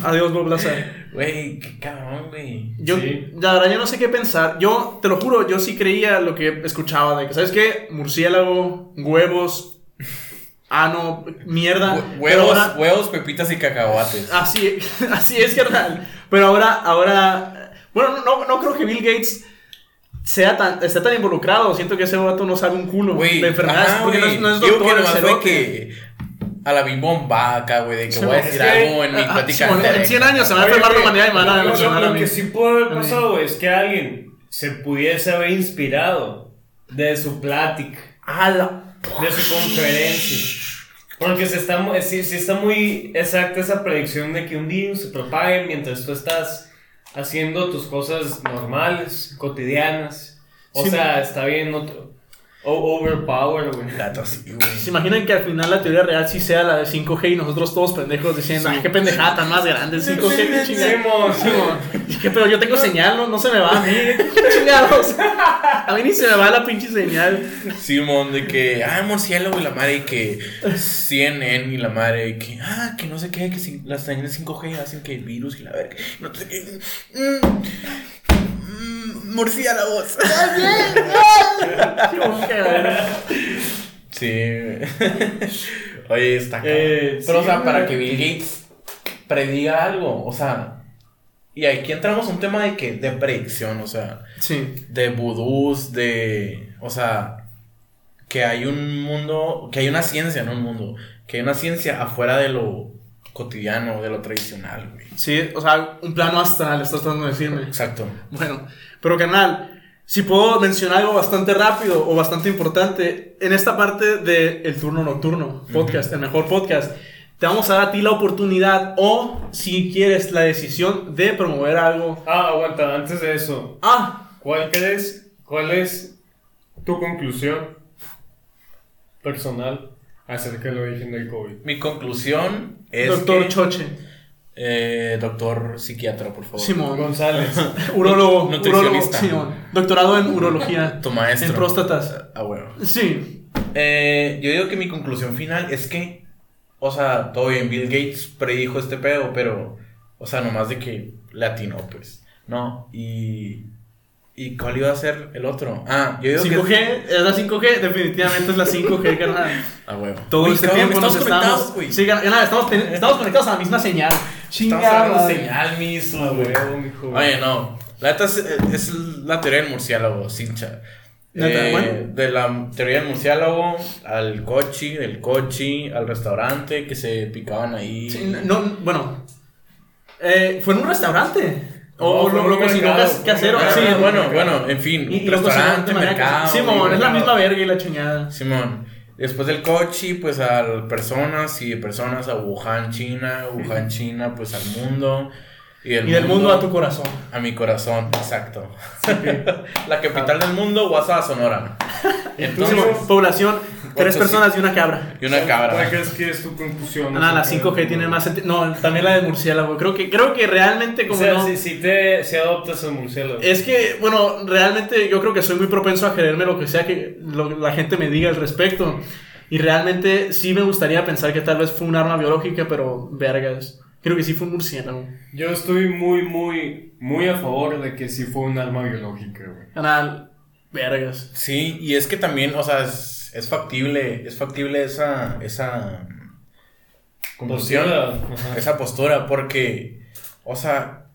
adiós, Bob Lazar.
Güey, qué cabrón, güey.
Yo,
Sí.
la verdad, yo no sé qué pensar. Yo, te lo juro, yo sí creía lo que escuchaba de que, ¿sabes qué? Murciélago, huevos, ano, mierda.
Hue-
Ah, Pero
Huevos,
ahora- Ah,
huevos, pepitas y cacahuates.
así, así es, carnal. Pero ahora, ahora, bueno, no, no creo que Bill Gates sea tan, esté tan involucrado. Siento que ese vato no sabe un culo
Güey,
de enfermedades.
ajá,
porque no
güey.
es, no es
Digo
doctor
que
el
nomás fue
cerote.
que a la bimbomba acá, güey, de que
Sí,
voy a
es
decir
que-
algo en mi
Ah,
plática.
Simón, en 100 años se va a
Oye,
enfermar de
güey,
manera y me van a
lo- lo-
emocionar a
Lo
mí.
que sí pudo haber
A mí.
pasado es que alguien se pudiese haber inspirado de su plática,
A la.
de su conferencia. Porque se está, mu- sí- sí está muy exacta esa predicción de que un virus se propague mientras tú estás haciendo tus cosas normales, cotidianas. O
Sí.
sea, está bien otro. o- overpower, güey.
Dato así, güey.
¿Se imaginan que al final la teoría real sí sea la de 5G y nosotros todos pendejos diciendo, ay, qué pendejada tan más grande, 5G, qué chingada?
Simón, Simón.
¿Qué pedo? Yo tengo señal, no, no se me va a mí, qué chingados. A mí ni se me va la pinche señal.
Simón, de que, ah, murciélago y la madre, y que CNN y la madre, y que, ah, que no sé qué, que si- las señales 5G hacen que el virus y la verga, no sé qué. Mm, mm, murciélagos.
Qué boca.
Sí. Oye, está acá.
Eh,
Pero, o
sí,
sea, para
güey.
que Bill Gates prediga algo, o sea. Y aquí entramos a un tema de que, de predicción, o sea,
Sí,
de vudús, de. O sea, que hay un mundo, que hay una ciencia, no un mundo, que hay una ciencia afuera de lo cotidiano, de lo tradicional, güey.
sí, o sea, un plano astral, estás tratando de decirme.
Exacto.
Bueno, pero canal, si puedo mencionar algo bastante rápido o bastante importante, en esta parte del El turno nocturno, podcast, el mejor podcast, te vamos a dar a ti la oportunidad o, si quieres, la decisión de promover algo.
Ah, aguanta, antes de eso.
Ah,
¿Cuál crees? ¿Cuál es tu conclusión personal acerca del origen del COVID?
Mi conclusión es.
doctor
que-
Choche,
Eh, doctor psiquiatra, por favor.
Simón,
González.
urólogo, urólogo,
nutricionista.
Simón, doctorado en urología,
Tu maestro.
en próstatas.
Ah, bueno.
Sí,
Eh, yo digo que mi conclusión final es que, o sea, todo bien, Bill Gates predijo este pedo, pero, o sea, nomás de que latino, pues, ¿no? Y, ¿y cuál iba a ser el otro? Ah, yo digo que...
5G, es la 5G, definitivamente es la 5G, carnal.
Ah, huevo.
Todo
Uy,
este
cabrón,
tiempo
estamos
nos
conectados,
estamos.
güey. Eh.
Sí, gan- nada, estamos, ten- estamos conectados a la misma señal.
Estamos
Chingada
hablando de
madre.
señal mismo,
Ah,
güey.
huevo, mijo.
Oye, no. La neta es, es la teoría del murciélago, Sincha.
Neta,
Eh,
bueno.
De la teoría del murciélago al cochi, del cochi, al restaurante que se picaban ahí.
Sí, no, no, bueno. Eh, fue en un restaurante.
No,
O
fue
lo,
en
lo
un
cocinó
mercado,
cas-
fue en
casero.
un
Ah,
sí,
mercado.
bueno, bueno, en fin,
Y, y lo cocinó
restaurante,
de manera
mercado.
casera. Sí, mon, es la
mercado.
misma verga y la chingada.
Simón. Después del cochi, pues a personas y de personas a Wuhan, China, Wuhan, China, pues al mundo. Y del,
Y del mundo a tu corazón.
a mi corazón, exacto. la capital del mundo, Guasada, Sonora.
Entonces-
Sí, mon, población, tres
sí.
personas y una cabra.
Y una
¿Cuál
cabra.
crees que es tu conclusión?
Nada, la
acerca
5G
del-
tiene más sentido. No, también la del murciélago. Creo que, creo que realmente
O
como
sea,
no-
si, si te si adoptas el murciélago.
Es que, bueno, realmente yo creo que soy muy propenso a creerme lo que sea que lo- la gente me diga al respecto. Y realmente sí me gustaría pensar que tal vez fue un arma biológica, pero vergas. Creo que sí fue un murciélago.
Yo estoy muy, muy, muy a favor de que sí fue un arma biológica, güey.
Canal, vergas.
Sí, y es que también, o sea, es, es factible, es factible esa, esa conclusión.
Ajá.
esa postura porque, o sea,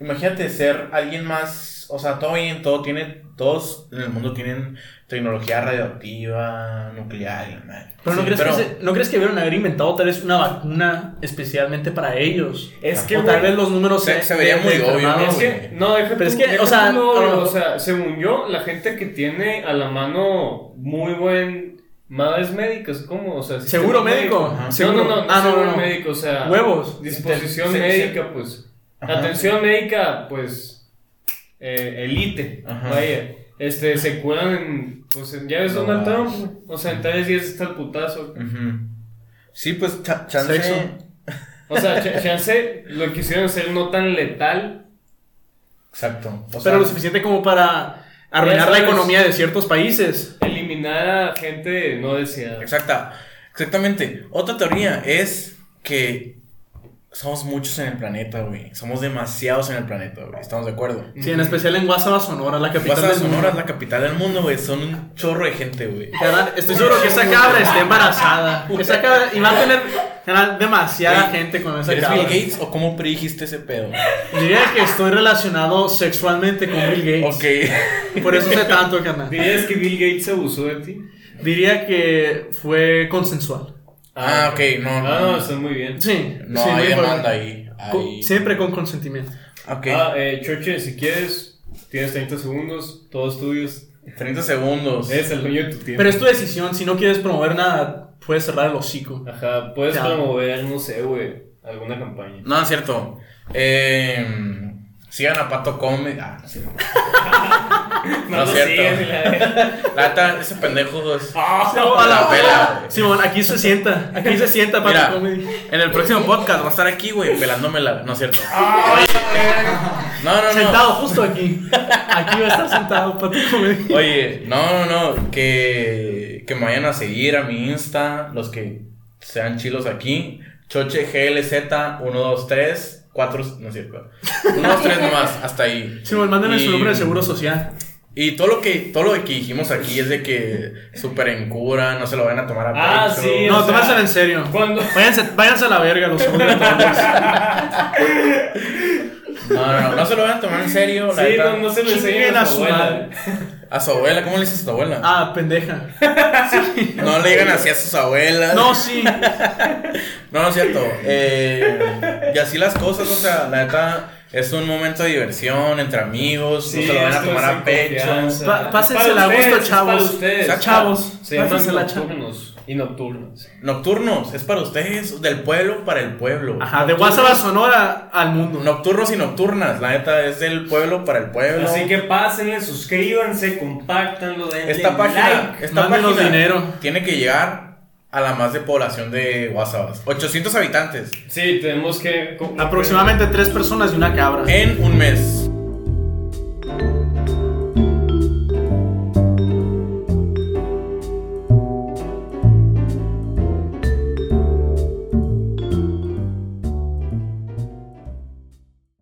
imagínate ser alguien más, o sea, todo bien, todo tiene, todos en el mundo tienen tecnología radioactiva, nuclear y la madre.
Pero, no,
Sí,
crees Que se- ¿no crees que debieron haber inventado tal vez una vacuna especialmente para ellos?
Es que,
o tal
güey,
vez los números
se- se vería muy obvio,
enfermaron,
Es
¿no?
Ah, güey.
que, no, deja
Pero
tú-
es que,
deja
o sea,
tú, no,
a lo-
o sea, según yo, la gente que tiene a la mano muy buen madres médicas, ¿cómo? O sea, sistema
¿Seguro médico?
Ajá.
No, no,
¿Seguro?
no, no,
Ah, no,
seguro
no, no.
médico, o sea,
Huevos.
disposición
Se- se-
médica, pues,
Ajá.
atención médica, pues, eh, elite,
Ajá.
vaya, este, se curan en, pues, en- ya ves
No,
Donald
no.
Trump, güey. o sea, en tres días está el putazo,
Ujú. Sí, pues cha- chance.
Sexo.
o sea, ch- chance lo quisieron hacer no tan letal,
Exacto. O sea,
Pero lo suficiente como para arruinar la
sabes.
economía de ciertos países.
eliminar a gente no deseada.
Exacta, exactamente. Otra teoría es que somos muchos en el planeta, güey. Somos demasiados en el planeta, güey. Estamos de acuerdo.
Sí, en especial en Guasava, Sonora, la capital
Guasave,
del mundo.
Sonora es la capital del mundo, güey. Son un chorro de gente, güey.
Carnal, Estoy seguro que esa cabra está embarazada. Esa cabra, y va a tener carnal, demasiada
Güey,
gente con esa
¿Eres
cabra.
Bill Gates o cómo predijiste ese pedo?
Diría que estoy relacionado sexualmente con Bill Gates.
Ok.
Por eso sé tanto, carnal.
¿Dirías que Bill Gates abusó de ti?
Diría que fue consensual.
Ah, ok, no,
Ah,
no.
no, está muy bien.
Sí.
No,
sí,
hay
muy
demanda
fuerte.
ahí.
Co-
ahí.
Siempre con consentimiento.
Ok.
Ah, eh, Choche, si quieres, tienes 30 segundos, todos tuyos.
30 segundos.
Es el dueño de tu tiempo.
Pero es tu decisión, si no quieres promover nada, puedes cerrar el hocico.
Ajá, puedes
Ya.
promover, no sé, güey, alguna campaña.
No, es cierto. Eh, sigan a Pato Come. Ah, sí. No es
lo
cierto.
sigues, ni la verga.
La neta, ese pendejo es.
Ah,
No, a la
la pela, güey.
Simón, aquí se sienta, aquí se sienta Pato
Mira,
Comedy.
en el próximo podcast va a estar aquí, güey, pelándome la. No es cierto. No, no, no.
Sentado justo aquí. Aquí va a estar sentado Pato Comedy.
Oye, no, no, no, que, que me vayan a seguir a mi Insta, los que sean chilos aquí. Choche GLZ 123 4 no es cierto. 123 nomás, hasta ahí.
Simón, mándenme
Y-
su nombre de seguro social.
Y todo lo que todo lo que dijimos aquí es de que súper en cura, no se lo van a tomar a
Ah,
pecho.
sí, o
No,
sea,
tomárselo en serio.
Cuando
Váyanse, váyanse a la verga los hombres.
No, no, no, no se lo van a tomar en serio, la
Sí,
neta.
no, no se lo enseñen
Chinguen
a
a
tu
su
abuela.
A su abuela, ¿cómo le dices a tu abuela?
Ah, pendeja.
No le digan así a sus abuelas.
No, sí.
No, no es cierto. Eh, y así las cosas, o sea, la neta es un momento de diversión entre amigos,
Sí,
no se lo van a
esto
tomar
es
a
sin
pecho.
confianza.
Pa-
Es
pásensela
para
a gusto,
ustedes, es para
chavos.
ustedes.
O sea,
chavos,
Se llaman
pásensela, chavos.
nocturnos y nocturnas.
Nocturnos, es para ustedes, del pueblo para el pueblo.
Ajá, de WhatsApp a Sonora al mundo.
Nocturnos y nocturnas, la neta es del pueblo para el pueblo.
Así que pásenle, suscríbanse, compártanlo, denle
esta página,
like.
esta
mándenos
página
dinero.
tiene que llegar a la más de población de WhatsApp. 800 habitantes
Sí, tenemos que...
Aproximadamente tres personas y una cabra.
en un mes.